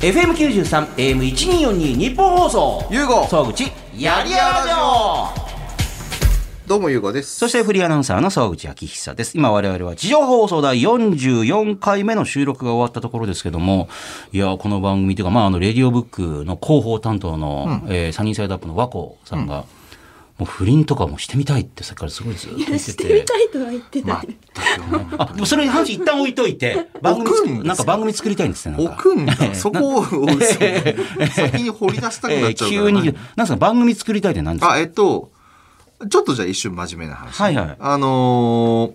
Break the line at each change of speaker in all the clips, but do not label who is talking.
FM93、AM1242 日本放送。
ゆうご
総口、やりやらじょ
どうもゆうごです
そしてフリーアナウンサーの総口昭久です。今我々は地上放送第44回目の収録が終わったところですけども、いや、この番組というか、まあ、あの、レディオブックの広報担当の、えーサニーサイドアップの和光さんが、もう不倫とかもしてみたいってさっきからすごいずっと言ってて。
してみたいとは言ってない。
あ、でもそれ話一旦置いといて、番組
置く
作、
んですか
なんか番組作りたいんですね。なん
置
か
くんだそこを先に掘り出したくなっ
えー
ちゃうから、
急に、なんですか、番組作りたいって何ですか
あえっとちょっとじゃあ一瞬真面目な話、
はいはい
あのー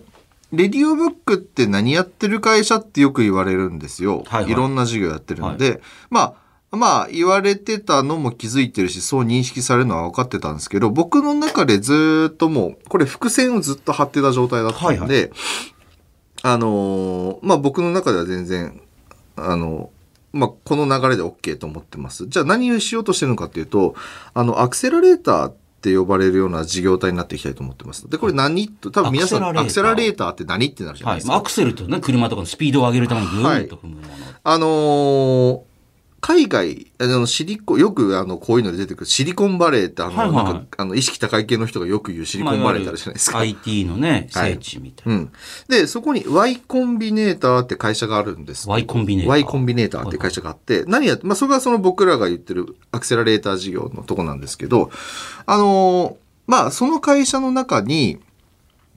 レディオブックって何やってる会社ってよく言われるんですよ。
はい
い
はい
ろんな事業やってるので、まあ、まあ、言われてたのも気づいてるし、そう認識されるのは分かってたんですけど、僕の中でずーっともう、これ伏線をずっと張ってた状態だったんで、
はいは
あのーまあ僕の中では全然、あのーまあこの流れで OK と思ってます。じゃあ何をしようとしてるのかっていうと、あの、アクセラレーターって呼ばれるような事業体になっていきたいと思ってます。で、これ何と、多分皆さん、
ア
ア
ク
ク
セ
セ
ラレーター
ラレーターって何ってなるじゃない
はい。
です
まあ
か。
アクセルとね、車とかのスピードを上げるためにぐーっと踏むもの。
あのー海外、あの、シリコ、よくあの、こういうので出てくる、シリコンバレーってあの、
はいはいはい
なんか、あの、意識高い系の人がよく言うシリコ
まあ
ンバレーってあるじゃないですか。
わゆる IT のね、聖地みたいな。
うん。で、そこに Y コンビネーターって会社があるんです。
Y コンビネーター
Y コンビネーターって会社があって、何やって、まあ、それがその僕らが言ってるアクセラレーター事業のとこなんですけど、あのーまあ、その会社の中に、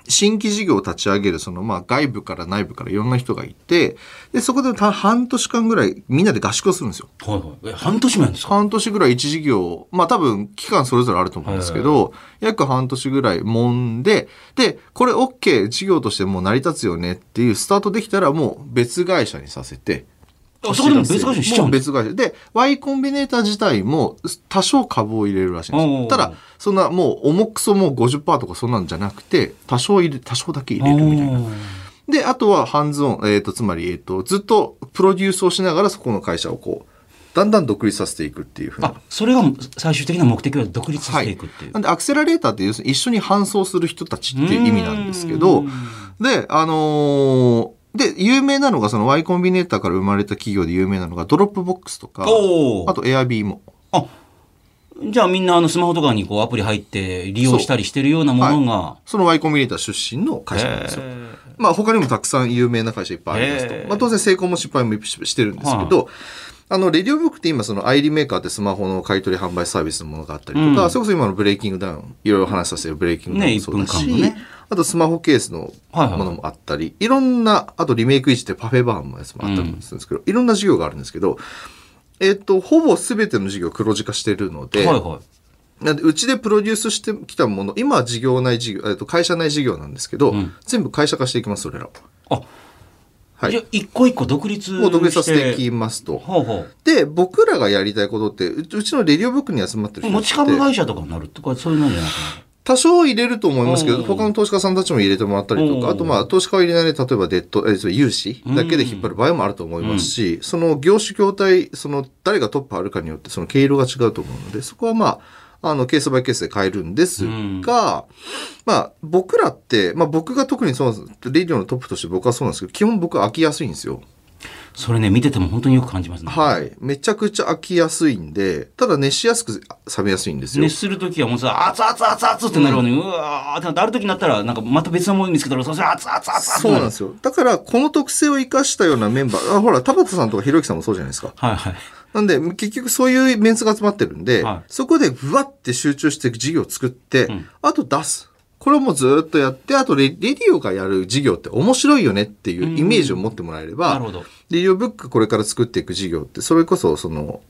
新規事業を立ち上げる、その、まあ、外部から内部からいろんな人がいて、で、そこでた半年間ぐらいみんなで合宿をするんですよ。
はいはい。え、半年前ですか
半年ぐらい一事業、まあ多分期間それぞれあると思うんですけど、約半年ぐらいもんで、で、これ OK、事業としてもう成り立つよねっていうスタートできたらもう別会社にさせて、
あ、そこでも別会社にしちゃう
も
ん
う
だ
別会社。で、Y コンビネーター自体も多少株を入れるらしいんです
おう
よ。ただ、そんなもう重くそもう50%とかそんなんじゃなくて、多少入れ、多少だけ入れるみたいな。
おー
で、あとはハンズオン、えっ、と、つまり、えっ、と、ずっとプロデュースをしながらそこの会社をこう、だんだん独立させていくっていうふうな
あ、それが最終的な目的は独立していくっていう
なん。でアクセラレーターって要するに一緒に搬送する人たちっていう意味なんですけ
う
ど
ーん、
で、あのーで、有名なのがその Y コンビネーターから生まれた企業で有名なのがドロップボックスとか、あ
おー
と Airb も。
あ、じゃあみんなあのスマホとかにこうアプリ入って利用したりしてるようなものが。
その Y コンビネーター出身の会社なんですよ。
へ
まあ他にもたくさん有名な会社いっぱいあります
へー
と。まあ当然成功も失敗もししてるんですけど、あの、レディオブックって今そのアイリメーカーってスマホの買い取り販売サービスのものがあったりとか、
うん
それこそ今のブレイキングダウン、いろいろ話させてるブレイキングダウンもそうだし、
ね一分間のね
あとスマホケースの
はいはい
ものもあったり、いろんな、あとリメイクイチってパフェバーンのやつもあったりもするんですけど、いろんな事業があるんですけど、えっと、ほぼ全ての事業を黒字化してるので、
はいは
なんで、うちでプロデュースしてきたもの、今は事業内事業、えっと、会社内事業なんですけど、
ん
全部会社化していきます、それらを。
あ。
はい
じゃ
い
あ。一個一個独立して。
もう独立させていきますと。
ほうほう。
で、僕らがやりたいことって、ううちのレディオブックに集まってる人
持
た
ち
ちっ
株
て、
会社とかになるとか、そういうのじゃなくて。
多少入れると思いますけ
うん
ど、他の投資家さんたちも入れてもらったり
う
と
ん
か、あとまあ、投資家を入れないで、例えばデッド、えー、そう融資だけで引っ張る場合もあると思いますし、その業種業態、その誰がトップあるかによって、その毛色が違うと思うので、そこはまあ、あの、ケースバイケースで変えるんですが、まあ、僕らって、まあ僕が特にそうなんです、レディオのトップとして僕はそうなんですけど、基本僕は飽きやすいんですよ。
それね、見てても本当によく感じますね。
はい。めちゃくちゃ飽きやすいんで、ただ熱しやすく冷めやすいんですよ。
熱するときはもうさ、熱々熱々ってなるのに、うわーってなって、あるときになったら、なんかまた別のもの見つけたら、そしたら熱々熱々って。
そうなんですすよ。だから、この特性を生かしたようなメンバー、あほら、田畑さんとかひろゆきさんもそうじゃないですか。
はいはい。
なんで、結局そういうメンツが集まってるんで、
はい
そこでぶわって集中して事業を作って、
ん
あと出す。これをもうずっとやって、あとレレディオがやる事業って面白いよねっていうイメージを持ってもらえれば、
なるほど。
レディオブックこれから作っていく事業って、それこそ、その、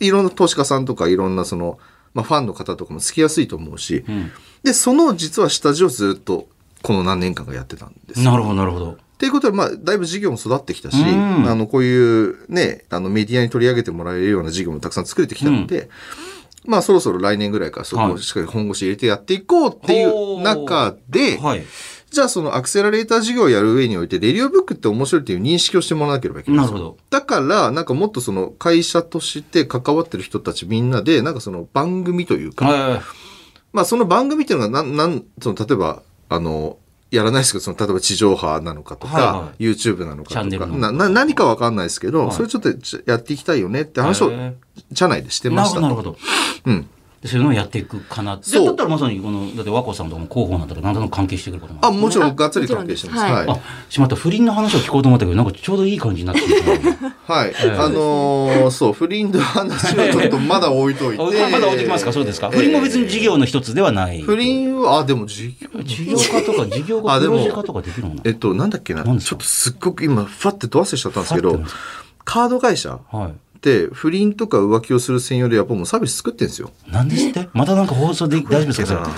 いろんな投資家さんとか、いろんなその、まあ、ファンの方とかもつきやすいと思うし、
ん
で、その実は下地をずっと、この何年間かやってたんですよ。
なるほど、なるほど。
っていうことは、まあ、だいぶ事業も育ってきたし、
うん
あの、こういうね、あの、メディアに取り上げてもらえるような事業もたくさん作れてきたので、まあ、そろそろ来年ぐらいからそこ
は
を
い
しっかり本腰入れてやっていこうっていう中で、
はい。
じゃあそのアクセラレーター事業をやる上において、レディオブックって面白いっていう認識をしてもらわなければいけないんですよ
なるほど。
だから、なんかもっとその会社として関わってる人たちみんなで、なんかその番組というか、
はいはいはい。
まあその番組っていうのがなん、なん、その例えば、あの、やらないですけど、その、例えば地上波なのかとか、
はいは
YouTube なの
チャ
か
ンネ
と
ル
か、
の
なな何かわかんないですけど、
はい
それちょっとちやっていきたいよねって話を
へー、
社内でしてま
な
した
る
と。
なるほど。
うん。
そういうのをやっていくかなって。
そう
だったらまさにこの、だって和子さんとかも広報になったら何となく関係してくることもあ
あ、
る。
もちろ
あ
ん、がっつり関係してます。
もちろん
はい。
です
あ、しまった。不倫の話を聞こうと思ったけど、なんかちょうどいい感じになってきたな
はい。あのーそう、不倫の話はちょっとまだ置いといて。
あ まだ置いてきますか、そうですか。不倫も別に事業の一つではない。
不倫は、あ、でも事業、
事業化とか事業化、
あ
プ
でも
ロジェ化とかできるのか
えっと、なんだっけな、
何ですか
ちょっとすっごく今、ふわってド忘れしちゃったんですけ
ふ
ど
わって、
カード会社
な。はい。
って不倫とか浮気をする専用でやっぱもうサービス作ってんですよ。
なんですってまたなんか放送で大丈夫ですかそれ
えっと。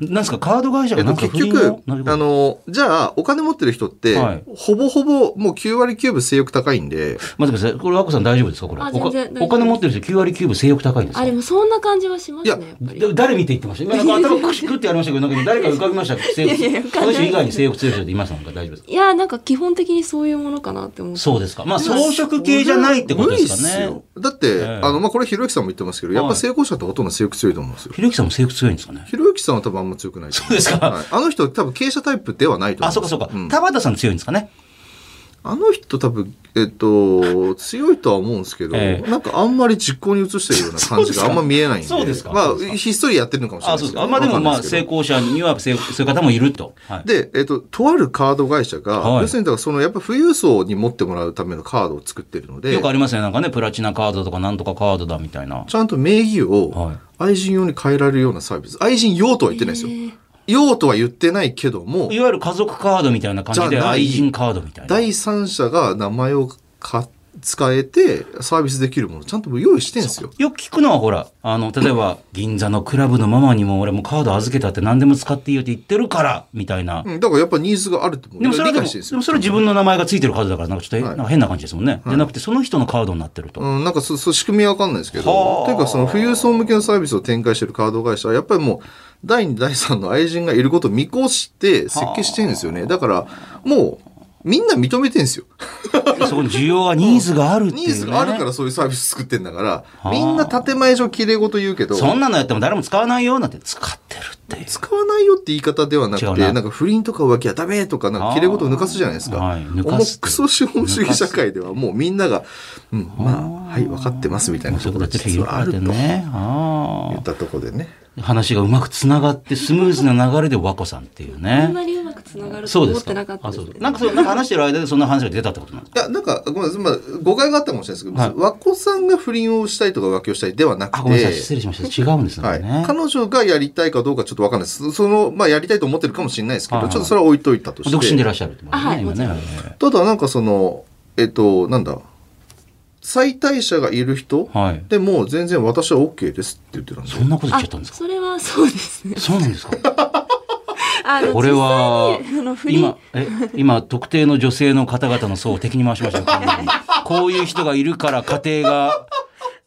なんですかカード会社
え
が
っ
な
と、
んか
結
不倫
局
の、
あ
なるほど
の、じゃあ、お金持ってる人って、
はい
ほぼほぼもう9割9分性欲高いんで、
待ってください。これ、和子さん大丈夫ですかこれ。
あ全然
おか
大丈夫です
お金持ってる人9割9分性欲高いんです
あ
か
でもそんな感じはします
い
ね
や
やっぱり
だ誰見て言ってました今なんか頭クシクってやりましたけど、なんか誰か浮かびましたっけ性欲
いやいや浮か
私
んない
以外に性欲強い人っていますなんか大丈夫ですか
いやなんか基本的にそういうものかなって思って
そうですか。まあ、装飾系じゃないってことですか
無理っす
ね
よ。だって、
え
あの、まあ、これひろゆきさんも言ってますけど、やっぱ成功者ってほとんど性欲強いと思うんですよ。
ひろゆきさんも性欲強いんですかね
ひろゆきさんは多分あんま強くないと思う。
そうですか
はいあの人多分経営者タイプではないと思う。
あ、そうかそうか
ん。
田畑さん強いんですかね
あの人多分、えっと、強いとは思うんですけど、
ええ
なんかあんまり実行に移してるような感じがあんま見えないんで。
そうですか
ま
そ
あ
うです、か
ひっそりやってるのかもしれない
あ、
で
そうですす
けど。
か。まあでもまあ、成
成功
功者には性欲そういう方もいると。はい
で、えっと、とあるカード会社が、
はい
要するにだからそのやっぱ富裕層に持ってもらうためのカードを作ってるので
よく、ありますね。なんかね、プラチナカードとかなんとかカードだみたいな。
ちゃんと名義を
はい
愛人用に変えられるようなサービス。愛人用とは言ってないですよ。用とは言ってないけども、
いわゆる家族カードみたいな感じ
じ
で
ゃない
愛人カードみたいな。
第三者が名前をか使えてサービスできるものをちゃんと用意してんですよ。
よく聞くのはほら、あの、例えば、銀座のクラブのママにも俺もカード預けたって何でも使っていいよって言ってるから、みたいな。
うん、だからやっぱニーズがあるってもう
でもそれは
理
でも、
解してるんです
で
よ
も。それは自分の名前が付いてるカードだから、なんかちょっと、
はい
なんか変な感じですもんね。じゃなくて、その人のカードになってると。
うん、なんかそそう仕組みはわかんないですけ
はあ
ど、というかその富裕層向けのサービスを展開してるカード会社は、やっぱりもう、第2、第3の愛人がいることを見越して設計してるんですよね。だから、もう、みんな認めてるんですよ。
そこに需要が、ニーズがあるっていう、ね。
ニーズがあるからそういうサービス作ってんだから、みんな建前上綺麗事言うけど、
そんなのやっても誰も使わないよ、なんて使ってるっていう。
使わないよって言い方ではなくて、
違うな
なんか不倫とか浮気はダメとか、なんか綺麗事を抜かすじゃないですか。
はい抜か
重
すって
くそ資本主義社会ではもうみんなが、うん、まあ、はい、分かってますみたいな
そういう
こ
こととやってる人
が実
い
はある
る
と
からね。あ
言ったところでね。
あ。話がうまくつながって、スムーズな流れで和子さんっていう
あ
ね
ん。まりうまくつながると
そうで
思っ
すか
てなかった
あ
です
そう
ね
なんかそうなんか話してる間でそんな話が出たってことなんですか
いや、なんか、ごめんなさい、まあ、誤解があったかもしれないですけど、
はい
和子さんが不倫をしたいとか浮気をしたいではな
あ、
く
ごめんなさい。失
て、
礼しました。違うんですね。
はい
これね
彼女がやりたいかどうかちょっとわかんないです。その、まあ、やりたいと思ってるかもしれないですけど、
はいはい
ちょっとそれは置いといたとして。
独身でいらっしゃるってことですね、
あはい
今ね。
ただ、なんかその、えっと、なんだ、最大者がいる人、
はい。
でも全然私は OK ですって言ってたんで
そんなこと言っちゃったん
あ
ですか
それはそうですね
そうなんです か
あの
これは
実際にあの、不倫
今、え、今、特定の女性の方々の層を敵に回しましたよ完全にこういう人がいるから家庭が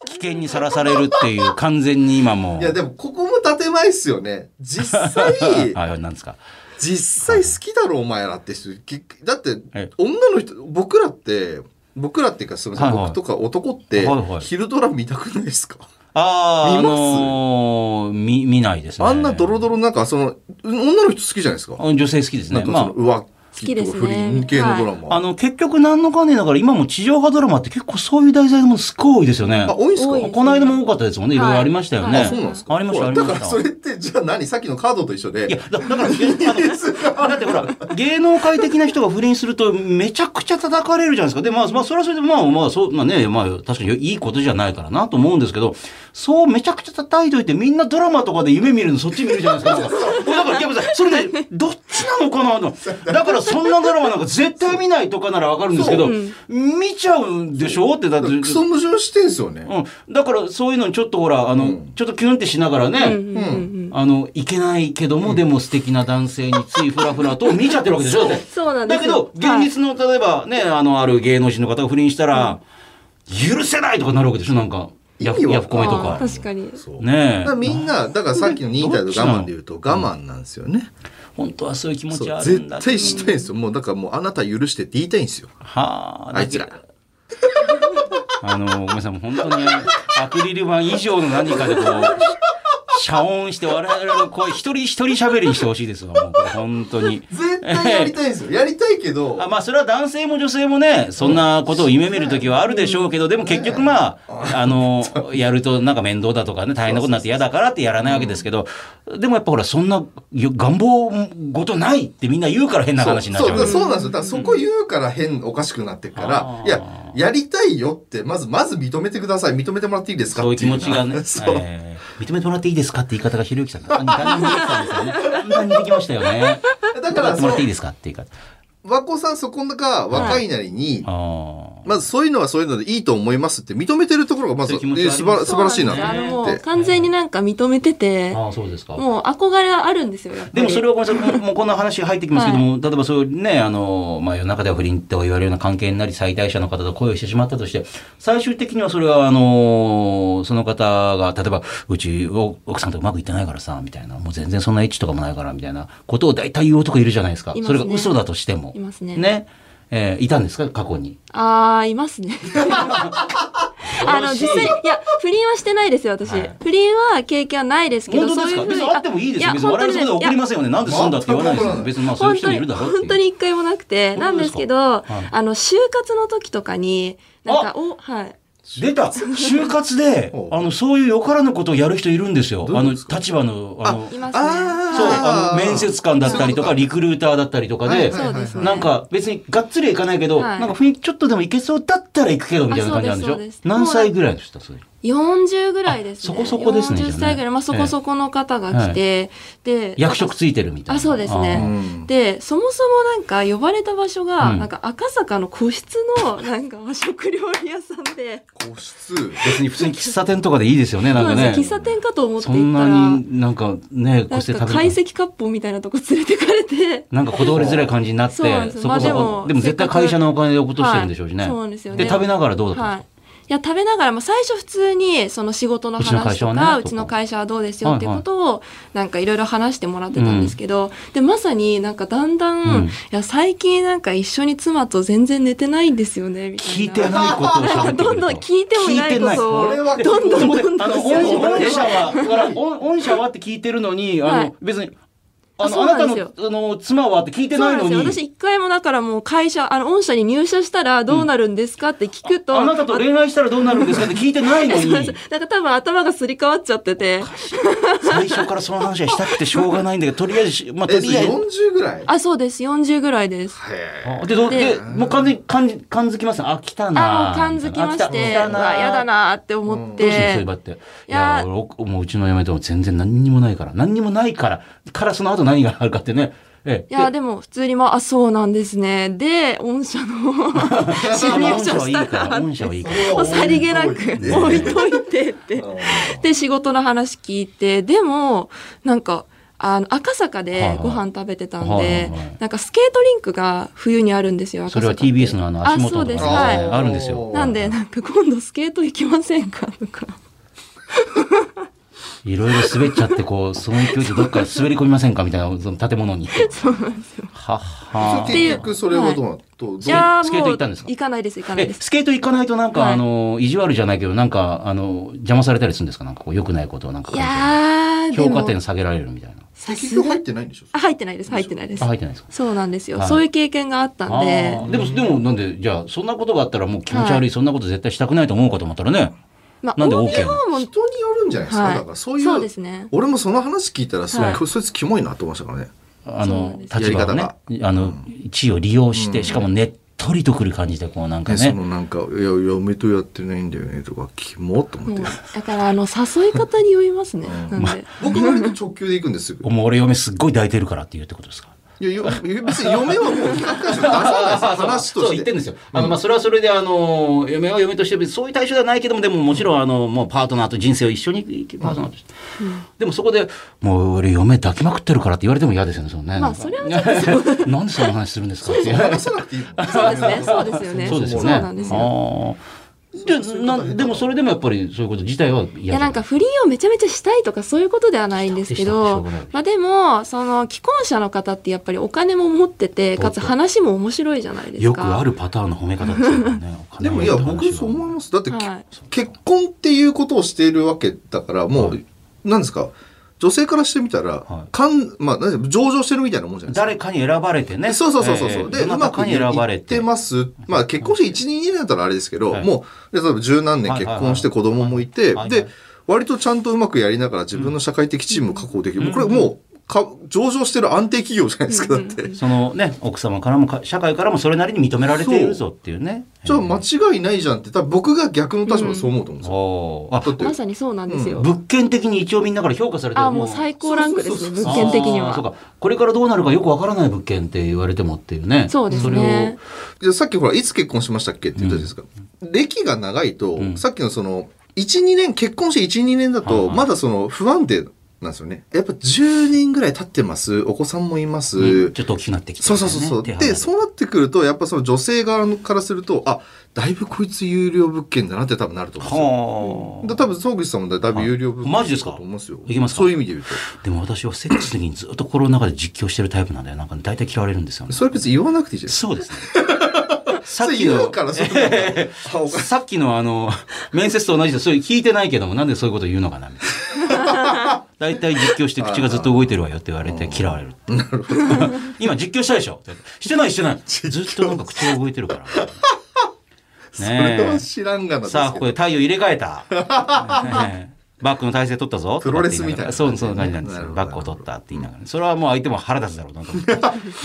危険にさらされるっていう、完全に今もう。
いやでもここも建前っすよね実際
はい、なんですか。
実際好きだろお前らって人きだって
え
女の人僕らって僕らっていうかすみません、
はいはい
僕とか男って、
はいはい
昼ドラ見たくないですか、
ああ、あ
見ます
のー見、見ないですね。
あんなドロドロなんかその女の人好きじゃないですか、
ロ。女性好きです
な
ね。
んか
ま
その浮
好き
気
で
と
す
か
ね
不倫系のドラマ、
あ、あの、結局何のかねだから、今も地上波ドラマって結構そういう題材もすごい多いですよね。
あ多いんすか
多いです
この間も多かったですもんね。いろいろありましたよね。
はい
あそうなんですか
ありました、あり
だ
ま
か
し
ら
た。
それってじゃあ何さっきのカードと一緒で
いや、だだ から、あのだってほら、 芸能界的な人が不倫すると、めちゃくちゃ叩かれるじゃないですか。で、まあ、まあ、それはそれで、まあ、まあ、そう、まあね、まあ、確かにいいことじゃないからなと思うんですけど、そうめちゃくちゃ叩いといて、みんなドラマとかで夢見るの、 そっち見るじゃないですか。なんか俺だから、いや、それね、どっちなのかなと。だから、そんなドラマなんか絶対見ないとかならわかるんですけど、見ちゃうんでしょって、だって。
クソ矛盾してんすよね、
うん、だからそういうのにちょっとほらあの、ちょっとキュンってしながらね、
うんうんうん
あの、いけないけども、でも素敵な男性についフラフラと見ちゃってるわけでしょだって
そうなんで
だ
す
けど、現実の、例えばね、あの、ある芸能人の方が不倫したら、許せないとかなるわけでしょなんか、ヤフ
意味わ
ヤフコメと
あ
か
ー。確かに
そうだ
ね
から
え。
みんなだからさっきの忍耐と我慢で言うと我慢なんですよね、
本当はそういう気持ち
そ
は
う
あるんだ
絶
けど
対したいんですよもうだからもうあなた許してって言いたいんですよ
はあ、
あ いつら
だけど。あの、ごめんなさい、もう本当にアクリル板以上の何かでこう、遮音して我々の声、一人一人喋りにしてほしいですわ、もうこれ本当に。
絶対やりたいんですよ。やりたいけど、
あまあそれは男性も女性もねそんなことを夢見る時はあるでしょうけどでも結局まああのやるとなんか面倒だとかね大変なことになって嫌だからってやらないわけですけどでもやっぱほらそんなよ願望ごとないってみんな言うから変な話になっちゃ
そう
う
そうそうなんですよ。だからそこ言うから変、おかしくなってくか
あ
ら
ー、
いや、やりたいよって、まず、まず認めてください。認めてもらっていいですか
そういう気持ちがね、
そう。
えー認めてもらっていいですかって言い方がひろゆ きさんが、だんだん似てきたんですよね。だんだん似てきましたよね。
だか
認め
ら、
て
そ
もら
の
っていい、ですかって言い方。
和子さんそこが若いなりに、
あ
まずそういうのはそういうのでいいと思いますって認めてるところがまず、
そう
え
いう気持ち
ー
はあり
素
ます
晴ら素晴らしいなと
そうなんですよあの
思
も
っ
う
て。
完全になんか認めてて
ー、あー、そうですか。
もう憧れはあるんですよ。やっぱ
で
り
もそれはごめんなさい、もうこんな話入ってきますけども、例えばそういうね、あの、まあ夜中では不倫と言われるような関係になり、最大者の方と恋をしてしまったとして、最終的にはそれは、あの、その方が、例えば、うちお奥さんとうまくいってないからさ、みたいな、もう全然そんなエッチとかもないから、みたいなことを大体言う男いるじゃないですか。
います
そ
ね
れが嘘だとしても。
いますね
ね。えーいたんですか過去に。
あー、います ね。あの、実際に、いや、不倫はしてないですよ、私。
はい
不倫は経験はないですけど、
本当ですか
そういう
別
ふう
にあってもいいですよ。別に
本
我々
当
そこで怒りませんよね。なんで済んだって言わないですよ。
いや
別にまあそういう人も
本当
い
に、
るだろうっていう。
本当に一回もなくて、な
本当
ん
で
ですす
か
けど、
はい
あの、就活の時とかに、なんか、お、はい。
出た就活 で
おう
あのそういうよからぬことをやる人いるんですよ。
どう
あ
いう
の
ことですか
立場のあの
いますね。
あー
そう
は
あの面接官だったりと
そ
か
うい
リクルーターだったりとか
はい
で
はい
そうですね
なんか別にがっつりはいかないけど、
はい
なんか雰囲気ちょっとでもいけそうだったら行くけどみたいな感じなんでし
あそうですそうで
ょ
す
何歳ぐらいの人だそれ
い40ぐらいですね。
あそこそこですねじゃあ
40
ね
歳ぐらい、まあ、そこそこの方が来て、で、
役職ついてるみたいな
あそうですね
あー
うん
でそもそもなんか呼ばれた場所が、
うん
なんか赤坂の個室の なんか和食料理屋さんで
個室。
別に普通に喫茶店とかでいいですよねなんか
そう
ね
なんですよ喫茶店かと思って
そ
行
ん
ったら
なになんかね個
なん
室で
か
食べ
懐
る
石割烹みたいなとこ連れてかれて
なんか断りづらい感じになって
そうなんですよ
そこ
まあ
そ
で
こ
も
でも絶対会社のお金で落としてるんでしょうしね
はいそうなんですよね
で食べながらどうだったんですか
はいいや食べながら、まあ、最初普通にその仕事の
うちの会
話
社は
と
ね
か
と
う
か
ちの会社はどうですよっていうことをなんかいろいろ話してもらってたんですけど、でまさになんかだんだ
う
ん、
ん
いや最近なんか一緒に妻と全然寝てないんですよねみたいな
聞いてないことを喋ってくると
どんどん聞いてもいないことを
聞いてないそれは
どんど ん
そこ
ど
で
んど
あ
ん
の
どん
御御社はだから御御社はって聞いてるのにあの、
はい
別に
あ
あの
そ
あ
う
な
な
た
んですよ
のあの妻はって聞いて
そ
な
う
い
なん
の
ですよ
に
私一回もだからもう会社あの御社に入社したらどうなるんですかって聞くと、
あなたと恋愛したらどうなるんですかって聞いてないの
そうなん
に
ですなんか多分頭がすり替わっちゃってて
最初からその話はしたくてしょうがないんだけどとりあえずしまあと
え、
りあえず。
40ぐらい
あそうです40ぐらいです
へー
あでどで
で
もう完全に感じ感づきますあ来たな
あもう感づきまし
あ来
て
た
うわやだなーって思
ど
っ
うするそういえ
て
ばって。い
や
や、俺おもううちの嫁とも全然何にもないから。何にもないから。からその後何があるかってね。ええ
いやでも普通にまああそうなんですねで御社の
ま
新
あまあ
入
御社
社
は
し
いい
た
からら。
も
御社はいいから。
うさりげなく置いとい てってで仕事の話聞いてでもなんかあの赤坂
はいは
で
い
ご飯食べてたんで、
はいはいはい
なんかスケートリンクが冬にあるんですよ赤
それ
坂
は TBS のあの足元
あ
と
そ
か
うで
ね
す
あ
は
ー
あるんですよ
い。なんでなんか今度スケート行きませんかと か
いろいろ滑っちゃって、こう、その勢いでどっか滑り込みませんかみたいな、その建物に。
そうなんですよ
はっ
そ
は
れ結局それはどうなどう
いやー
スケート行ったんですか
もう行かないです行かない
え、
です
スケート行かないとなんか、
はい
あの、意地悪じゃないけど、なんか、あの、邪魔されたりするんですかなんかこう、良くないことをなんか
い
感じて
やーで
評
も
価点下げられるみたいな。
さ
結
す
局
が
入ってないんでしょ
あ入ってないです入ってないです
あ、入ってないですか
そうなんですよ、
はい
そういう経験があったんで
あーでも、でも、なんで、じゃあ、そんなことがあったらもう気持ち悪い、
はい
そんなこと絶対したくないと思うかと思ったらね。
まあ
なんで OK
大手訪問
人によるんじゃないですか、
はい
だからそういう
そうですね
俺もその話聞いたらそ,、
はい
そいつキモいなと思いましたからね
あ
そうな
の
んで、す
立場をね
や、
あの、地位を利用して、しかもねっとりとくる感じで、こう、なんか
ね
ね
そ。のなんか「いや嫁とやってないんだよね」とかキモと思
も
っ
う
て、
だからあの誘い方によりますねなんで、
僕割と直球で行くんですよ
もう俺嫁すっごい抱いてるからって言うってことですか
いやよ別に嫁はもう企画 会社出さないです話
そう
と
言
し
って
て
んですよ。あの、まあ、それはそれで、あの、嫁は嫁として、そういう対象ではないけども、でも、もちろん、あの、もうパートナーと人生を一緒に、パートナーとして。でも、そこで、もう、俺、嫁抱きまくってるからって言われても嫌ですよね、そのね。
ま
な
あ
んか
それは
なんでそんな話するんですかっていう。
話さなくていい
そうですねそうですよね
そうですよ
そうなん
ね
で。すよ
ああ。で、なん、でも、それでも、やっぱり、そういうこと自体は嫌じゃい
いやなんか不倫をめちゃめちゃしたいとかそういうことではないんですけど
したくてしたくてしょうがない、
まあ、でもその既婚者の方ってやっぱりお金も持っててかつ話も面白いじゃないですか。
よくあるパターンの褒め方ですよね。お金
でもいや僕そう思いますだって、
はい
結婚っていうことをしているわけだからもう、
は
なんですか女性からしてみたら、
はい
かんまあ、なんて上場してるみたいなもんじゃないですか。
誰かに選ばれてね。
そうそうそうそうそう。
ええ
で、
ど
うま
な
く
たか
い
に選ばれ。
っててます。まあ、結婚して1、2年だったらあれですけど、
はい
もう、で例えば十何年結婚して子供もいて、
はいはいはい
で、割とちゃんとうまくやりながら自分の社会的地位も確保できる。もうこれもうか、上場してる安定企業じゃないですか、だって。
そのね、奥様からもか社会からもそれなりに認められているぞっていうね。
じゃあ
ええ
間違いないじゃんって、多分僕が逆の立場でそう思うと思うんですよ。
おーあ
だって
まさにそうなんですよ。
物件的に一応みんなから評価されてる
あもう最高ランクですね
そうそう
物件的に
あーそう
は。
かこれからどうなるかよくわからない物件って言われてもっていうね
そうですね。
じゃあさっきほら、いつ結婚しましたっけって言ったじゃないですか。歴が長いと、
うん
さっきのその、1、2年、結婚して1、2年だ
はい
と、
はい
まだその、不安定なんですよね。やっぱ10年ぐらい経ってます。お子さんもいます。
それを、うんちょっと大きくなってきて、ね、
そうそうそうそう。
手離れ
で、そうなってくると、やっぱその女性側からすると、あ、だいぶこいつ有料物件だなって多分なると思うんですよ。
は
だ多分、総口さんもだいぶ有料物件
あマジですか
だと思うんですよ。
いきますか
そういう意味で言うと。
あでも私はセックスの時にずっと心の中で実況してるタイプなんだよなんか大体嫌われるんですよね
それ別に言わなくていいじゃないですか。
そうですね さ
そ
っ
れ
き
言う
の
から、そんなのあ おかしい
さっきのあの、面接と同じで、それ聞いてないけども、なんでそういうこと言うのかな、み たいな。大体実況して口がずっと動いてるわよって言われて嫌われる。 今実況したでしょってしてないしてない。ずっとなんか口が動いてるから。
それは
ね
知らんがな
え。
ですけど
さあ、ここで太陽入れ替え た。ねえバックの体勢取ったぞ。
プロレスみたいな
そう、そういう感じなんです
なる
よ。
ほど
バックを取ったって言いながらね。それはもう相手も腹立つだろうなと思 って。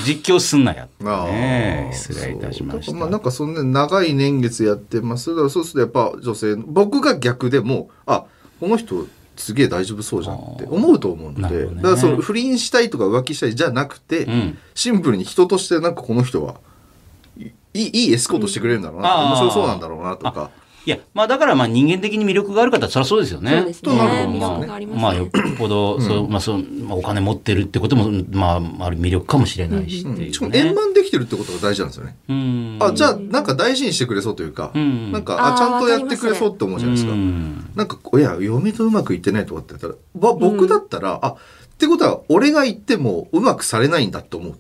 実況すんなやって
ああ
ねえ。失礼いたしまし
そ
た
うだから。あなんかそんな長い年月やってますだからそうするとやっぱ女性の僕が逆でもあこの人すげえ大丈夫そうじゃんって思うと思うの
な
で、
るほどね
だからその不倫したいとか浮気したいじゃなくて、
うん
シンプルに人としてなんかこの人はいいいいいいエスコートしてくれるんだろうな、
うん
面白そうなんだろうなとか
いや、まあだからまあ人間的に魅力がある方はそりゃそうですよね。
そうですね
となると
ま
魅
あ
力
がありますね
まあよっぽど、そうまあそうまあお金持ってるってことも、まあ、ある魅力かもしれないしって
う
いうんね。
しかも円満できてるってことが大事なんですよね。
うん。
あじゃあなんか大事にしてくれそうというか、
うん
なんかあちゃんとやってくれそうって思うじゃないですか。
うん
なんか、いや、嫁とうまくいってないとかって言ったら、ば僕だったら、あ、ってことは、俺が言ってもうまくされないんだと思う。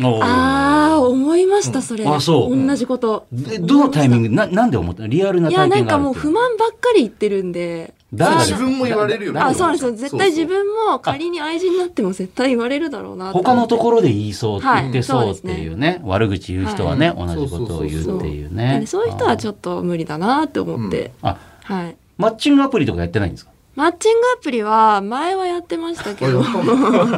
おー
ああ思いましたそれ。
あそう
同じこと。
でどのタイミング、ななんで思ったのリアルない
や
体
なん
験があ
か
る
も
っ
う
て
不満ばっかり言ってるんで。
誰が
自分も言われるよね
だ
あ
だ
そうなんですよ絶対
そうそう
自分も仮に愛人になっても絶対言われるだろうなって
他のところで言いそう、
はい
言ってそうっていうね、悪口言う人はね、
はい
同じことを言うっていう
なん
ね
で。そういう人は
ょ
ちょっと無理だなって思って、
あ、
はい
マッチングアプリとかやってないんですか
マッチングアプリは前はやってましたけど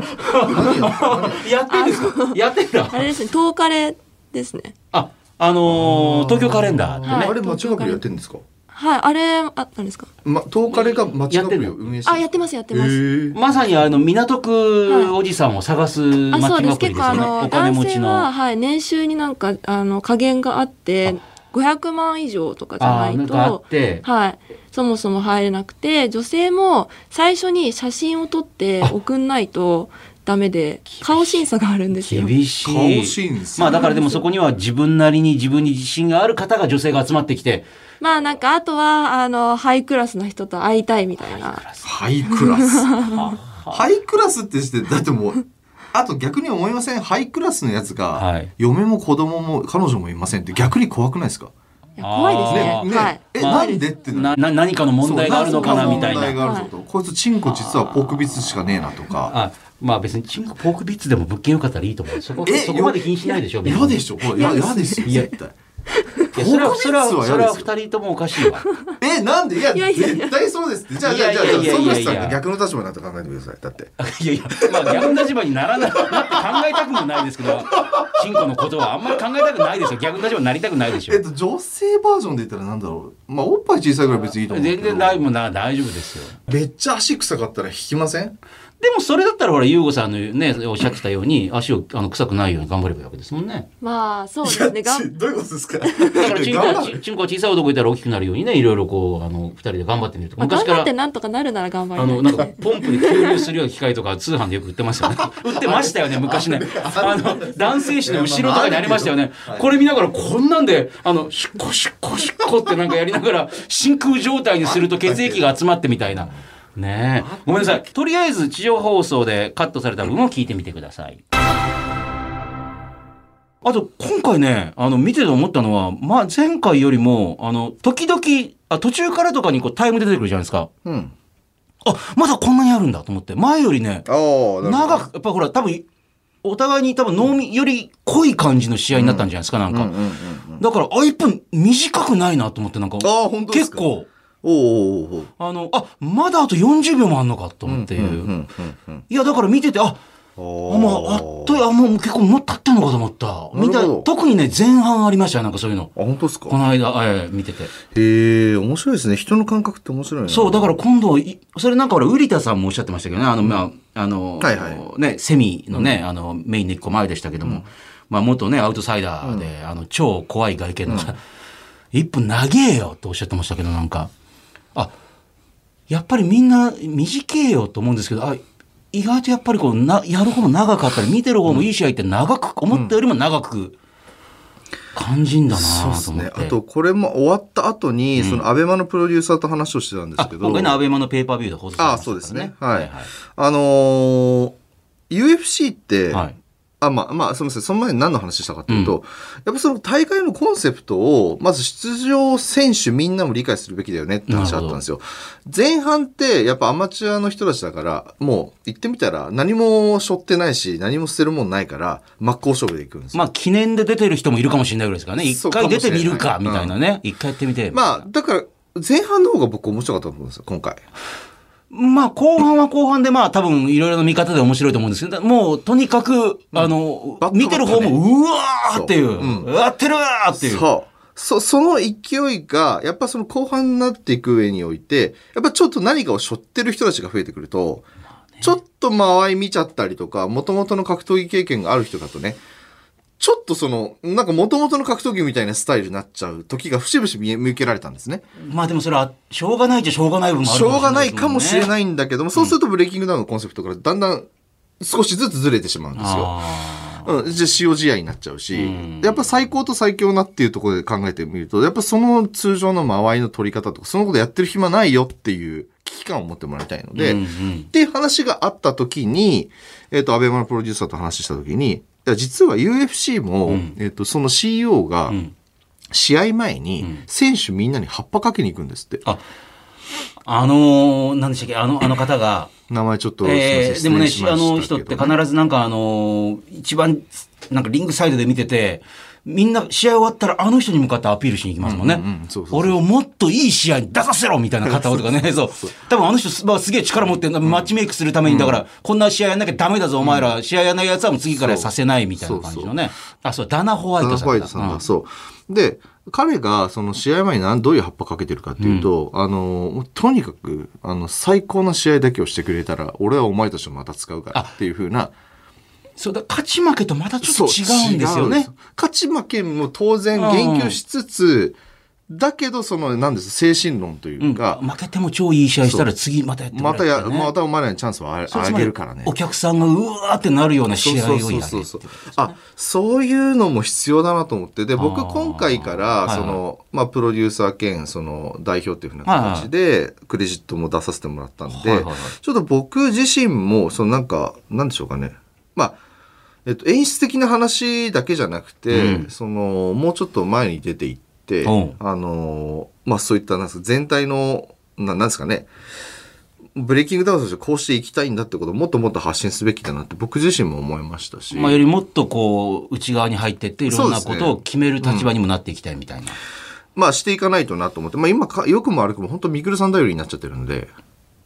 何や
やってんですかやってんだ
あれですね10日レですね
あ、あのー東京カレンダーってね。
はい
あれ、間違くやってんですか
はいあれあ何ですか
ま、東カレが間違くを運営して
あやってますやってます、
す。
まさにあの港区おじさんを探すマ
あ
ッ
そ
チング
うで
ア
す
プリ
結
です
構あ
よね。
の
お金
男
持ち
性
の。
は、
あ
はい、年収になんかあの加減があって500万以上とかじゃな
ーないんかあ
と
って。
はい、そもそも入れなくて女性も最初に写真を撮って送んないとダメで顔審査があるんですよ。
厳しい。
顔審査
まあだからでもそこには自分なりに自分に自信がある方が女性が集まってきて。
まあなんかあとはあのハイクラスな人と会いたいみたいな。
ハイクラ ス。
は
ハイクラスってして、だってもう、あと逆に思いませんハイクラスのやつ
は
が
い、
嫁も子供も彼女もいませんって逆に怖くないですか
いや怖いです
あ
ね
ー。
ね
はい。
え、
まあ
なんでってな
なな何かの問題があるのかなみたい
そう
な。
んか問題があるぞとこいつチンコ実はポークビッツしかねえなとか。
あまあ別にチンコポークビッツでも物件よかったらいいと思う。そこ
え
そこまで気にしないでしょ。別に
嫌でしょこれ嫌嫌ですよ
いや
絶対。
いやそれはそれは
ポークビ
そ
ッツは嫌
れは
ですよ
二人ともおかしいわ。
えなんでいや
いやいやいや
絶対そうですってじゃあ
い
じゃ
や
あ
い
じゃ
や
あ
いやいや
ソムシさんが逆の立場になって考えてくださいだって
いやいや、まあ、逆の立場にならない、なって考えたくもないですけど、チンコのことはあんまり考えたくないですよ。逆の立場になりたくないでしょ
えっ。と女性バージョンで言ったらなんだろうまあおっぱい小さいぐらい別にいいと思うけど
全然大もうな大丈夫ですよ。
めっちゃ足臭かったら引きません
でもそれだったらほら、ゆうごさんのね、おっしゃってたように、足をあの臭くないように頑張ればいいわけですもんね。
まあそ うですね。
いや
が
ち
ん
どういうことですか
だからチンコ
頑張
チンコは小さい男いたら大きくなるようにね、いろいろこう、あの、二人で頑張ってみるとか。
まあ、
昔
頑
か
張って
ら、
なんとかなるなら頑張
あ
り
の、
た
ないんかポンプで給油するような機械とか、通販でよく売ってましたよ ね。売ってましたよね、昔ね。あの、男性誌の後ろとかにありましたよね。これ見ながら、こんなんで、あの、シュッコシュッコシュッコってなんかやりながら、真空状態にすると血液が集まってみたいな。ねえ。ごめんなさい。とりあえず、地上放送でカットされた分を聞いてみてください。あと、今回ね、あの、見てて思ったのは、まあ、前回よりも、あの、時々、あ途中からとかにこうタイム出てくるじゃないですか。
うん
あまだこんなにあるんだと思って前よりね
ああ、なるほど
長くやっぱほら多分お互いに多分脳みより濃い感じの試合になったんじゃないですか、なんか、
うんうんうんうん
だからあ1分短くないなと思ってなんか
ああ、本当です
結
か。。
構
おうおうおうおう
あのあまだあと40秒もあんのかと思って、
うんうんうんうん
いやだから見ててああ
うん。
もうあっというあもう結構もう経ってんのかと思ったみ
な
た
る
い
ほど
特にね前半ありましたよなんかそういうの
あ、本当ですか
この間、ええ見てて
へえ、面白いですね。人の感覚って面白いな
そう、だから今度い、それなんかほら、瓜田さんもおっしゃってましたけどね、あの、まあ、あの、
はいは
ね、セミのね、あの、メインの一個前でしたけども、まあ、元ね、アウトサイダーで、あの、超怖い外見の、 一分長えよとおっしゃってましたけど、なんか、あ、やっぱりみんな短えよと思うんですけど、あ、意外とやっぱりこう、な、やる方も長かったり、見てる方もいい試合って長く、思ったよりも長く感じんだな
そう
ぁ
で
と
す
思っ
ね。
て。
あと、これも終わった後に、その、アベマのプロデューサーと話をしてたんです
あ、
けど、
今回のアベマのペーパービューで放送されましたから、ね。
あそうですねはいあのー UFC って、
はい。
あ、まあ、まあ、すみません。その前に何の話したかというと、やっぱその大会のコンセプトを、まず出場選手みんなも理解するべきだよねって話だったんですよ。前半って、やっぱアマチュアの人たちだから、もう言ってみたら何も背負ってないし、何も捨てるもんないから、真っ向勝負でいくんですよ。
まあ、記念で出てる人もいるかもしれないぐらいですからね。
そ
一
うか
回
もし
出
れな
て
い
みるか、みたいなね。一回やってみて。
まあ、だから、前半の方が僕面白かったと思うんですよ、今回。
まあ、後半は後半で、まあ、多分、いろいろな見方で面白いと思うんですけど、もう、とにかく、あの
バッ、ク
見てる方
バック
も、うわーっていう
そううん
う、やってるわーっていう。
そう。そ、その勢いが、やっぱその後半になっていく上において、やっぱちょっと何かを背負ってる人たちが増えてくると、ちょっと間合い見ちゃったりとか、元々の格闘技経験がある人だとね、ちょっとその、なんか元々の格闘技みたいなスタイルになっちゃう時が節々見え見受けられたんですね。
まあ、でもそれは、しょうがないっちゃしょうがない部分もある
しょうがないかもしれ
い
ないんだけども、そうするとブレイキングダウンのコンセプトからだんだん少しずつずれてしまうんですよ。
あ
うん、じゃあ使用試合になっちゃうし、
うん
やっぱ最高と最強なっていうところで考えてみると、やっぱその通常の間合いの取り方とか、そのことやってる暇ないよっていう危機感を持ってもらいたいの
ー
で、
うんう
っ
ん
ていう話があった時に、えっ、と、アベマのプロデューサーと話した時に、いや実は UFC も、
うん
えっ、と、その CEO が
ん
試合前に
ん
選手みんなに葉っぱかけに行くんですって。
あのー、何でしたっけ、あの、あの方が、
名前ちょっと、
えー
す
で
い
も
ま
ね
せん、
あの
失
人っ
礼してましたけど
必ずなんかあのー、一番、なんかリングサイドで見てて、みんな試合終わったらあの人に向かってアピールしに行きますもんね
うんうんうんそうそう。そう
俺をもっといい試合に出させろみたいな方をとか ね、そう。多分あの人す,、まあ、すげえ力持ってるなマッチメイクするために、だから、こんな試合やんなきゃダメだぞ、お前ら。試合やんないやつはもう次からさせないみたいな感じのね。あ、そう、ダナ・ホワイト
ダナ・
さんだ。
ホワイトさん
う
が、そう。で、彼が、その試合前に何どういう葉っぱかけてるかっていうと、あの、もうとにかく、あの、最高な試合だけをしてくれたら、俺はお前たちをまた使うからっていうふうな、
そうだ、勝ち負けとまたちょっと違うんですよ
違うん
ね。
勝ち負けも当然言及しつつ、だけど、その、なんです、精神論というか、
負けても超いい試合したら次またやってもら
ま
え
た
るか
や、
らね
またお前らにチャンスをあ
そう
あ
つまり
げるからね。
お客さんがうわーってなるような試合をやる
そうそうそうそうあそういうのも必要だなと思ってで
あ
僕
ー
今回か
はいは
ら
い
その、まあ、プロデューサー兼その代表っていうふうな形でクレジットも出させてもらったんで、
はいはいはい
ちょっと僕自身もそのなんかなんでしょうかねまあえっと、演出的な話だけじゃなくて、
うん
そのもうちょっと前に出ていって、
うん
あのまあ、そういったなんですか全体のななんですかねブレイキングダウンとしてこうしていきたいんだってことをもっともっと発信すべきだなって僕自身も思いましたし、
まあ、よりもっとこう内側に入ってっていろんな
そう
こ
ですね
とを決める立場にもなっていきたいみたいな、
まあしていかないとなと思って、まあ今か、よくも悪くも本当ミクルさん頼りになっちゃってるんで、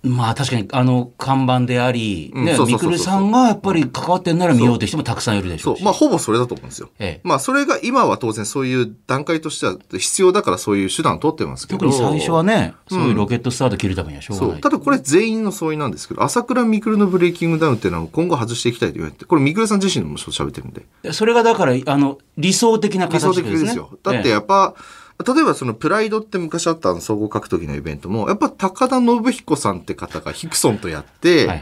まあ確かにあの看板であり、
うん
ね
そうそ
み
うそうそ
く
う
るさんがやっぱり関わってんなら見ようという人もたくさんいるでし
そ
ょ
う
う、し
まあほぼそれだと思うんですよ。
ええ
まあそれが今は当然そういう段階としては必要だからそういう手段を取ってますけど。
特に最初はねそういうロケットスタート切るためにはしょうが
そ
な
う。
い、
ただこれ全員の相違なんですけど、朝倉未来のブレイキングダウンっていうのは今後外していきたいと言われて、これ来さん自身もちょっと喋ってるんで、
でそれがだからあの理想的な
理
形
想的
ですね
ですよ。だっ
え
て
え
やっぱ、例えばそのプライドって昔あったあの総合格闘技のイベントも、やっぱ高田信彦さんって方がヒクソンとやって、
はいは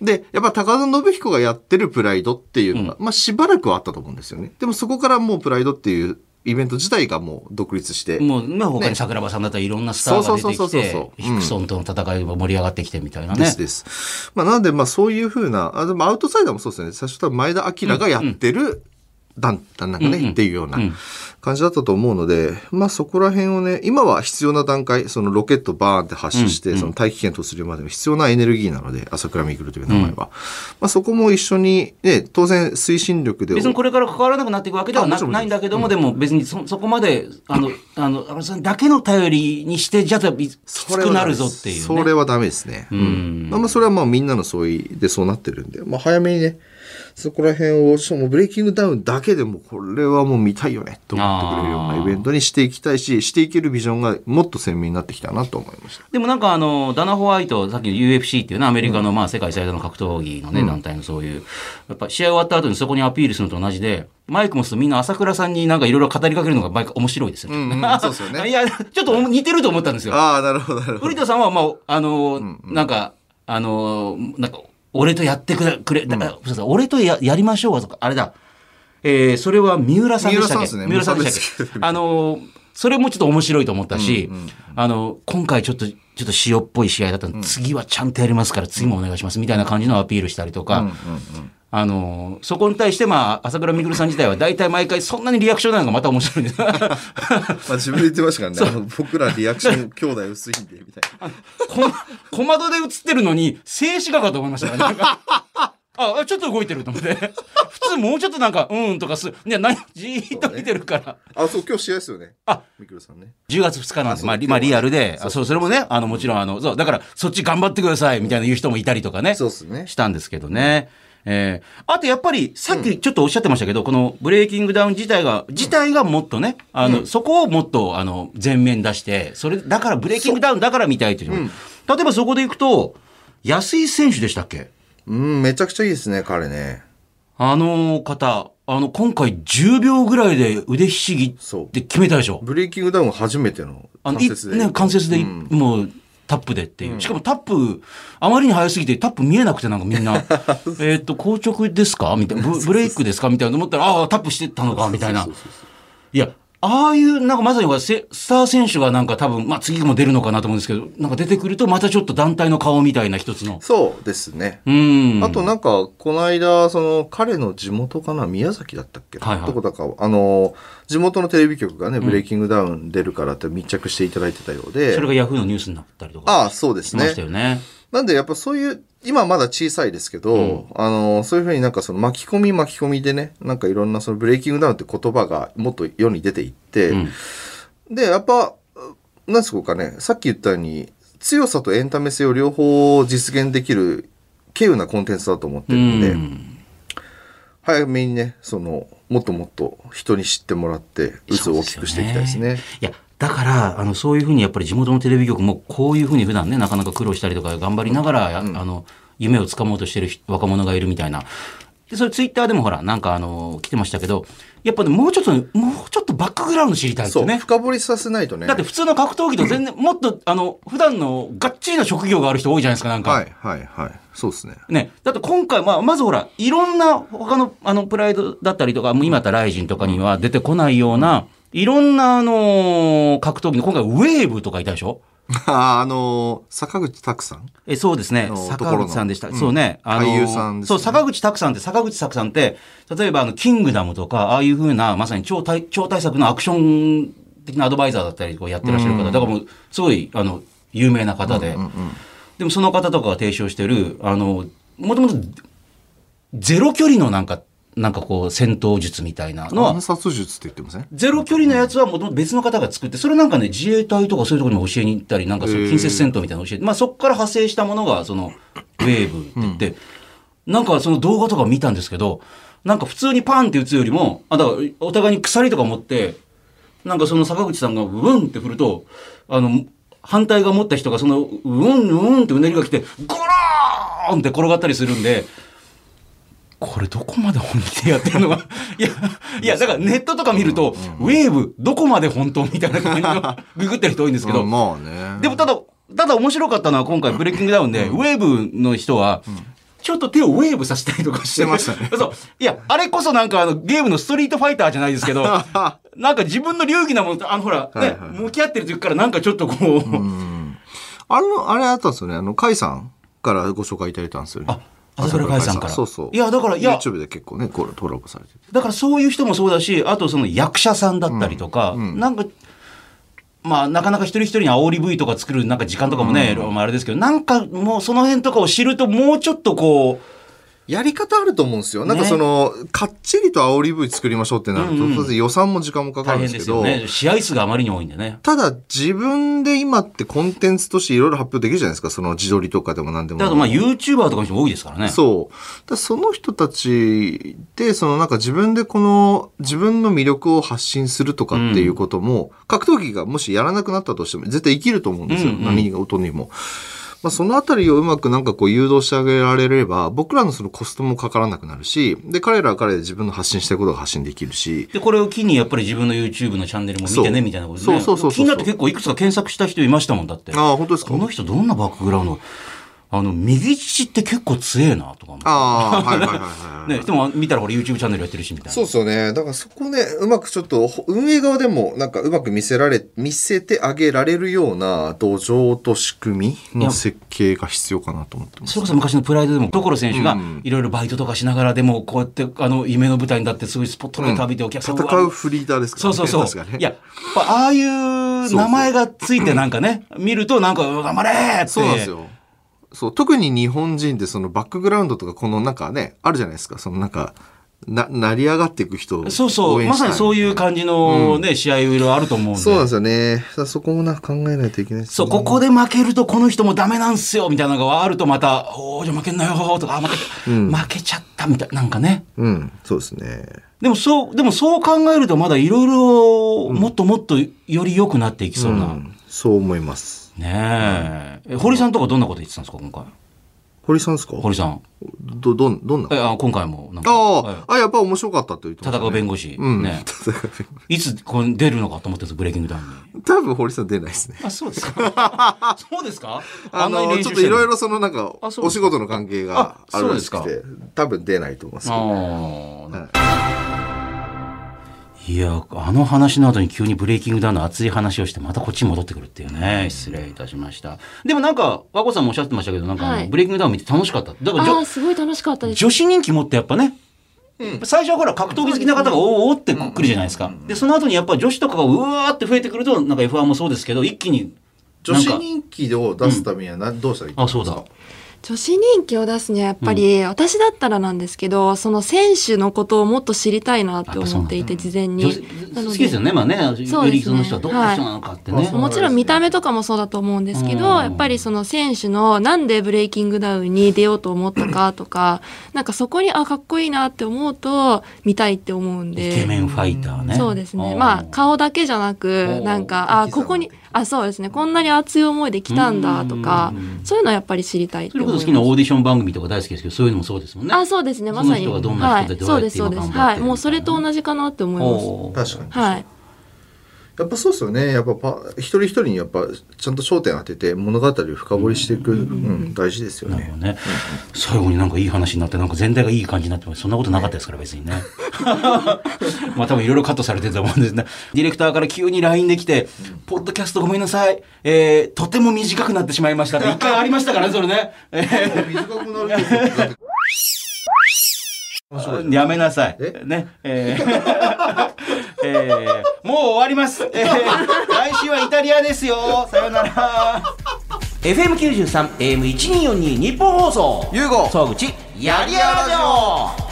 い
で、やっぱ高田信彦がやってるプライドっていうのが、まあしばらくはあったと思うんですよね。でもそこからもうプライドっていうイベント自体がもう独立して、
もう、まあ、他に桜庭さんだったらいろんなスターが出て
そう
き
そうそ
て
うそうそう、うん
ヒクソンとの戦いが盛り上がってきてみたいなね。
ですです。まあ、なので、まあ、そういうふうな、あでもアウトサイダーもそうですよね。最初は前田明がやってる旦旦那がね、
うんうん
っていうような
うん
感じだったと思うので、まあそこら辺をね、今は必要な段階、そのロケットバーンって発射して、
うんうん
その大気圏突入までの必要なエネルギーなので、朝倉未来という名前は。まあそこも一緒に、ね、当然推進力で。
別にこれから関わらなくなっていくわけではな
あもちろん
ないんだけども、でも別にそそこまで、あ の、あの、あのそれだけの頼りにして、じゃあいきつ
それは
くなるぞっていう、ね。
それはダメですね。
うん
まあまあそれはまあみんなの相違でそうなってるんで、まあ早めにね、そこら辺を、しかもブレイキングダウンだけでもこれはもう見たいよねと思ってくれるようなイベントにしていきたいし、していけるビジョンがもっと鮮明になってきたなと思いました。
でもなんかあの、ダナ・ホワイト、さっきの UFC っていうね、アメリカのまあ世界最大の格闘技のね、団体のそういう、やっぱ試合終わった後にそこにアピールするのと同じで、マイクもするとみんな朝倉さんになんかいろいろ語りかけるのが毎回面白いですよね。
うんうんそうですよ ね
いや、ちょっと似てると思ったんですよ。
ああ、なるほど、なるほ
古
ど。
田さんは、まあ、あの、なんか、あの、なんか、俺とやってくれ、くれ、だから古田さん俺とややりましょうはとか、あれだ、えーそれは三浦さんでしたっけ
三浦さんで
三浦さんで
すね三
したっ
浦さんです
けあの、それもちょっと面白いと思ったし、あの、今回ちょっと、ちょっと塩っぽい試合だったんで、次はちゃんとやりますから、次もお願いします、みたいな感じのアピールしたりとか、あの、そこに対して、まあ、朝倉未来さん自体は、大体毎回そんなにリアクションないのがまた面白いんです。
まあ自分で言ってましたからね、あの僕らリアクション兄弟薄いんで、みたいな。
こ小窓で映ってるのに、静止画かと思いましたから なんかあ、ちょっと動いてると思って。普通もうちょっとなんか、うんとかす、いや、何、じーっと見てるから。
あ、そう、今日試合ですよね。
あ、
ミクロさんね。
10月2日なんで、
そう
まあ、リまあリアルで、あそう、それもね、あの、もちろん、あの、そう、だから、そっち頑張ってください、みたいな言う人もいたりとかね。
そうですね
し。たんですけどね。えーあとやっぱりさっきちょっとおっしゃってましたけど、このブレイキングダウン自体が、自体がもっとね、あの、そこをもっとあの、前面出して、それ、だからブレイキングダウンだから見たいという。例えばそこでいくと、安井選手でしたっけ
うん、めちゃくちゃいいですね、彼ね。
あの方、あの、今回10秒ぐらいで腕ひしぎ
そう
って決めたでしょ
ブレイキングダウン初めての
あ
関
のい
節で。
ね、関節でい、
うん
もうタップでっていう、しかもタップあまりに早すぎてタップ見えなくてなんか みんなえっと硬直ですかみたいなブブレイクですかみたいな思ったらああタップしてたのかみたいな
そうそうそうそう
いやああいうなんかまさにせスター選手がなんか多分、まあ、次も出るのかなと思うんですけどなんか出てくるとまたちょっと団体の顔みたいな一つの
そうですね。
うん
あとなんか、この間、その、彼の地元かな、宮崎だったっけ、
はいはい
どこだか、あの、地元のテレビ局がね、ブレイキングダウン出るからって密着していただいてたようで、
それがヤフーのニュースになったりとか
ああ、そうで
し
す
ま
ね
した。よね
なんで、やっぱそういう、今まだ小さいですけど、あの、そういうふうになんかその巻き込み巻き込みでね、なんかいろんなそのブレイキングダウンって言葉がもっと世に出ていって、
ん
で、やっぱ、なんすかね、さっき言ったように、強さとエンタメ性を両方実現できる、稀有なコンテンツだと思ってるんで、
うん
早めにね、その、もっともっと人に知ってもらって、渦を大きくしていきたいですね。
いや、だから、あの、そういうふうにやっぱり地元のテレビ局もこういうふうに普段ね、なかなか苦労したりとか頑張りながら、やあの、夢をつかもうとしてる人若者がいるみたいな。で、それツイッターでもほら、なんかあの、来てましたけど、やっぱね、もうちょっと、もうちょっとバックグラウンド知りたいです
そう、
よね。
深掘りさせないとね。
だって普通の格闘技と全然、もっと、あの、普段のがっちりな職業がある人多いじゃないですか、なんか。
はい、はい、はい。そうですね。
ね、だって今回、まあ、まずほら、いろんな他のあのプライドだったりとか、もう今やったらライジンとかには出てこないような、いろんな、あのー格闘技の、今回、ウェーブとかいたでしょ
あーあのー坂口拓さん
えそうですね
あの
坂口さんでした、
ところ
そ
の
うね、
うん俳優さんです
そ
ね
う坂口拓さんって坂口拓さんって例えばあの「キングダム」とかああいうふうなまさに超大超大作のアクション的なアドバイザーだったりこうやってらっしゃる方、だからもうすごいあの有名な方で、でもその方とかが提唱してるあのもともとゼロ距離のなんかなんかこう戦闘術みたいなのは
暗殺術って言ってません
ゼロ距離のやつはもともと別の方が作って、それなんかね、自衛隊とかそういうところにも教えに行ったり、なんかそういう近接戦闘みたいなの教えて、まあそこから派生したものが、その、ウェーブって言って、なんかその動画とか見たんですけど、なんか普通にパンって打つよりも、あ、だからお互いに鎖とか持って、なんかその坂口さんがブーンって振ると、あの、反対が持った人がその、うんうんってうねりが来て、ゴローンって転がったりするんで、これどこまで本気でやってる のが、いや、いや、だからネットとか見ると、ウェーブ、どこまで本当みたいな感じの、ググってる人多いんですけど、
うんまあね。
でもただ、ただ面白かったのは今回ブレイキングダウンで、ウェーブの人は、ちょっと手をウェーブさせたりとかして
してましたね
そう。いや、あれこそなんかあのゲームのストリートファイターじゃないです けど、なんか自分の流儀なものと、あのほら、ね、
はいはい
向き合ってる時からなんかちょっとこう、
うんあの、あれあったんですよね。あの、甲斐さんからご紹介いただいたんですよね。
あ、朝倉海さんから。
そうそう。
いや、だから、いや、
YouTube で結構ね、これ登録されてて。
だからそういう人もそうだし、あとその役者さんだったりとか、なんか、まあ、なかなか一人一人に煽り V とか作るなんか時間とかもね、まああれですけど、なんかもうその辺とかを知ると、もうちょっとこ
やり方あると思うんですよ。なんかその、かっちりと煽り V 作りましょうってなると、
うんうん
当然予算も時間もか
う、
か
大
るん
変
です
で
け
す
ど、
よね。試合数があまりに多いんでね。
ただ自分で今ってコンテンツとしていろいろ発表できるじゃないですか。その自撮りとかでも何でも。
だからまあ、YouTuber とかの人も多いですからね。
そう。だからその人たちで、そのなんか自分でこの、自分の魅力を発信するとかっていうことも、格闘技がもしやらなくなったとしても、絶対生きると思うんですよ。
うんうん
何が音にも。まあ、そのあたりをうまくなんかこう誘導してあげられれば、僕らのそのコストもかからなくなるし、で、彼らは彼で自分の発信したいことが発信できるし、
で、これを機にやっぱり自分の YouTube のチャンネルも見て
そ
ね、
う
みたいなことね。
そうそうそうそ
気
う
になって結構いくつか検索した人いましたもんだって。
ああ、本当ですか
この人どんなバックグラウンドあの、右利きって結構強えな、とか思って
ああ、はいはいはいはい、はい。
ね、でも見たら俺 YouTube チャンネルやってるしみたいな。
そうですよね。だからそこね、うまくちょっと、ほ運営側でも、なんかうまく見せられ、見せてあげられるような土壌と仕組みの設計が必要かなと思ってます。
それこそ昔のプライドでも所選手が
うん
いろいろバイトとかしながらでもこうやってあの夢の舞台に立ってすごいスポットライト浴びてお客さんを
戦うフリーターですか
そ
ら
う
ね。
そうそう
確かね
いややっぱああいう名前がついてなんかね見るとなんか頑張れーって
そうなんですよ。そう、特に日本人ってそのバックグラウンドとか、このなんかね、あるじゃないですか。そのなんか、な、成り上がっていく人を応援した
そ
い。
うそうまさにそういう感じのね、試合をいろいろあると思うんで
そうなんですよね。だからそこもな、考えないといけないですね
そうここで負けるとこの人もダメなんすよみたいなのがあるとまた「おおじゃあ負けんなよ」とかあ負け,、負けちゃったみたいななんかね
うん、そうですね。
でもそう、でもそう考えるとまだいろいろもっともっとより良くなっていきそうな。
うんそう思います。
ねえ、え堀さんとかどんなこと言ってたんですか、今回。
堀さんですか
堀さん。
ど、どん、どんな
えあ今回もなんか、
あ
は
あ、あ、やっぱ面白かったと言っ
い
てました
戦
ね
う弁護士。
うん。
ね
戦う弁護
いつこれ出るのかと思ってたんですブレイキングダウンに。
士 多分堀さん出ないですね。
あ、そうです か。そうですか
あの、ちょっといろい。ろそのなんか、
あそうで
お
す
仕
か
事の関係が
あそ
あ
う
る
で
ですす
か
か多分出ないと思いますけど。
ああ、
はい
いや、あの話の後に急にブレイキングダウンの熱い話をして、またこっちに戻ってくるっていうね。失礼いたしました。でもなんか、和子さんもおっしゃってましたけど、なんかあの、
はい
ブレイキングダウン見て楽しかった。だから
あ
じょ
あ、すごい楽しかったです。
女子人気もってやっぱね、最初はほら格闘技好きな方がおーおーってくるじゃないですか。で、その後にやっぱ女子とかがうわーって増えてくると、なんか F1 もそうですけど、一気に。
女
なんか
子人気を出すためにはなどうしたらいいと
あ、
思い
そ
ま
う
す
だ
か。
女子人気を出すにはやっぱり、私だったらなんですけど、その選手のことをもっと知りたいなって思っていて、事前に
女子。
な
好
の
きですよね、まあね、
そうですね
よりその人はどんな人なのかってね。
はい
もちろん見た目とかもそうだと思うんですけど、
うん
やっぱりその選手のなんでブレイキングダウンに出ようと思ったかとか、なんかそこにあ、かっこいいなって思うと見たいって思うんで。
イケメンファイターね。
そうですね。
ん
まあ、顔だけじゃなく
お、ー
なんか、あ、
生き様
ここに、あ、そうですね。こんなに熱い思いで来たんだとか
うん、
そういうのはやっぱり知りたいっ
そ
て
れ
思
こそ好
います。
きなオーディション番組とか大好きですけど、そういうのもそうですもんね。
あ、そうですね。まさに。
その人がどんな人でどう
は
や
い、
って
そう
今
です、そうです。
頑張って
はい。
るのか
もうそれと同じかなって思います。
おー
確かに。
はい。
やっぱそうですよね。やっぱパ一人一人にやっぱちゃんと焦点当てて物語を深掘りしていく、うん、大事ですよ
なるほ
ね。
どね。最後になんかいい話になって、なんか全体がいい感じになってます、そんなことなかったですから、別にね。 まあ多分いろいろカットされてると思うんですね。ディレクターから急に LINE できて、ポッドキャストごめんなさい。えー、とても短くなってしまいましたって、一回ありましたからね、それね。えー
短くなるけどだって
やめなさい
え。
ね。えー えーもう終わります。えー来週はイタリアですよ。さよなら。FM93、AM1242、日本放送。
ゆうご
沢口、やりやろう